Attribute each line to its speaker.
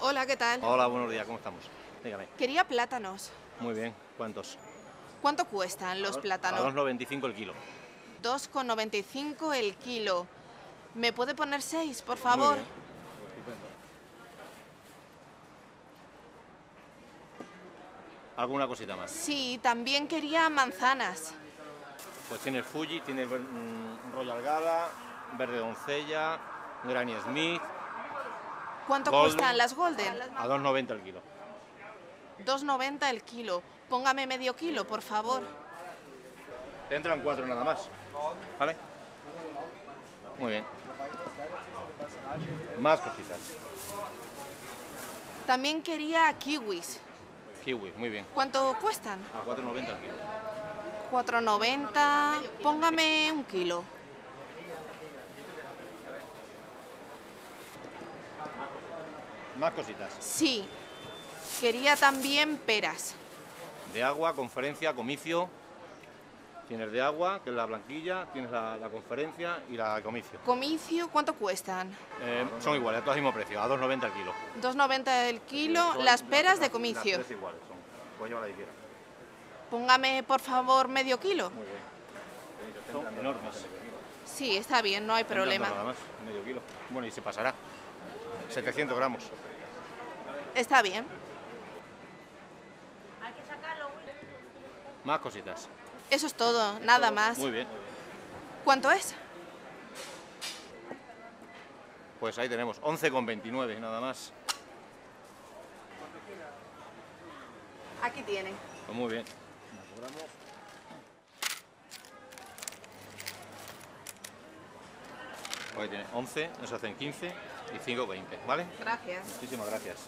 Speaker 1: Hola, ¿qué tal?
Speaker 2: Hola, buenos días, ¿cómo estamos? Dígame.
Speaker 1: Quería plátanos.
Speaker 2: Muy bien, ¿cuántos?
Speaker 1: ¿Cuánto cuestan los
Speaker 2: A
Speaker 1: plátanos?
Speaker 2: 2,95 el kilo.
Speaker 1: 2,95 el kilo. ¿Me puede poner 6, por
Speaker 2: Muy
Speaker 1: favor?
Speaker 2: bien. ¿Alguna cosita más?
Speaker 1: Sí, también quería manzanas.
Speaker 2: Pues tiene Fuji, tiene mm, Royal Gala, Verde Doncella, Granny Smith,
Speaker 1: ¿Cuánto
Speaker 2: Golden.
Speaker 1: cuestan las Golden?
Speaker 2: a 2,90 el kilo.
Speaker 1: 2,90 el kilo. Póngame medio kilo, por favor.
Speaker 2: Te entran cuatro nada más. ¿Vale? Muy bien. Más cositas.
Speaker 1: También quería kiwis.
Speaker 2: Kiwi, muy bien.
Speaker 1: ¿Cuánto cuestan?
Speaker 2: A 4,90 el kilo.
Speaker 1: 4,90. Póngame un kilo.
Speaker 2: Más cositas.
Speaker 1: Sí. Quería también peras.
Speaker 2: De agua, conferencia, comicio. Tienes de agua, que es la blanquilla, tienes la, la conferencia y la comicio.
Speaker 1: Comicio, ¿cuánto cuestan?
Speaker 2: Eh, son iguales, a todos mismo precio, a 2,90 el kilo.
Speaker 1: 2,90 el kilo. Las peras de comicio.
Speaker 2: Las tres iguales son. Puedes llevar la que quieras.
Speaker 1: Póngame, por favor, medio kilo.
Speaker 2: Muy bien. Son enormes.
Speaker 1: Sí, está bien, no hay
Speaker 2: Nada
Speaker 1: problema.
Speaker 2: más, medio kilo. Bueno, y se pasará. 700 gramos.
Speaker 1: Está bien.
Speaker 2: Más cositas.
Speaker 1: Eso es todo, nada más.
Speaker 2: Muy bien.
Speaker 1: ¿Cuánto es?
Speaker 2: Pues ahí tenemos, 11,29 nada más.
Speaker 1: Aquí tiene.
Speaker 2: Pues muy bien. Ahí tiene 11, nos hacen 15 y 5,20, ¿vale?
Speaker 1: Gracias.
Speaker 2: Muchísimas gracias.